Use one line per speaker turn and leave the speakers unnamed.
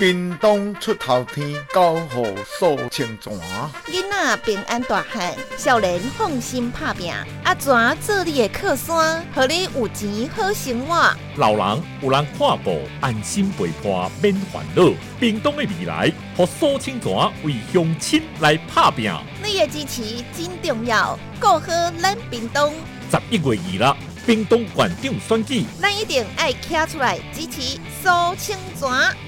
冰冻出头天，高雨扫清泉。
囡仔平安大汉，少年放心打拼，阿全做你的靠山，互你有钱好生活。
老人有人看顾，安心陪伴，免烦恼。冰冻的未来，和苏清泉为乡亲来打拼。
你的支持真重要，顾好咱冰冻，
十一月二日，冰冻县长选举，
咱一定爱站出来支持苏清泉。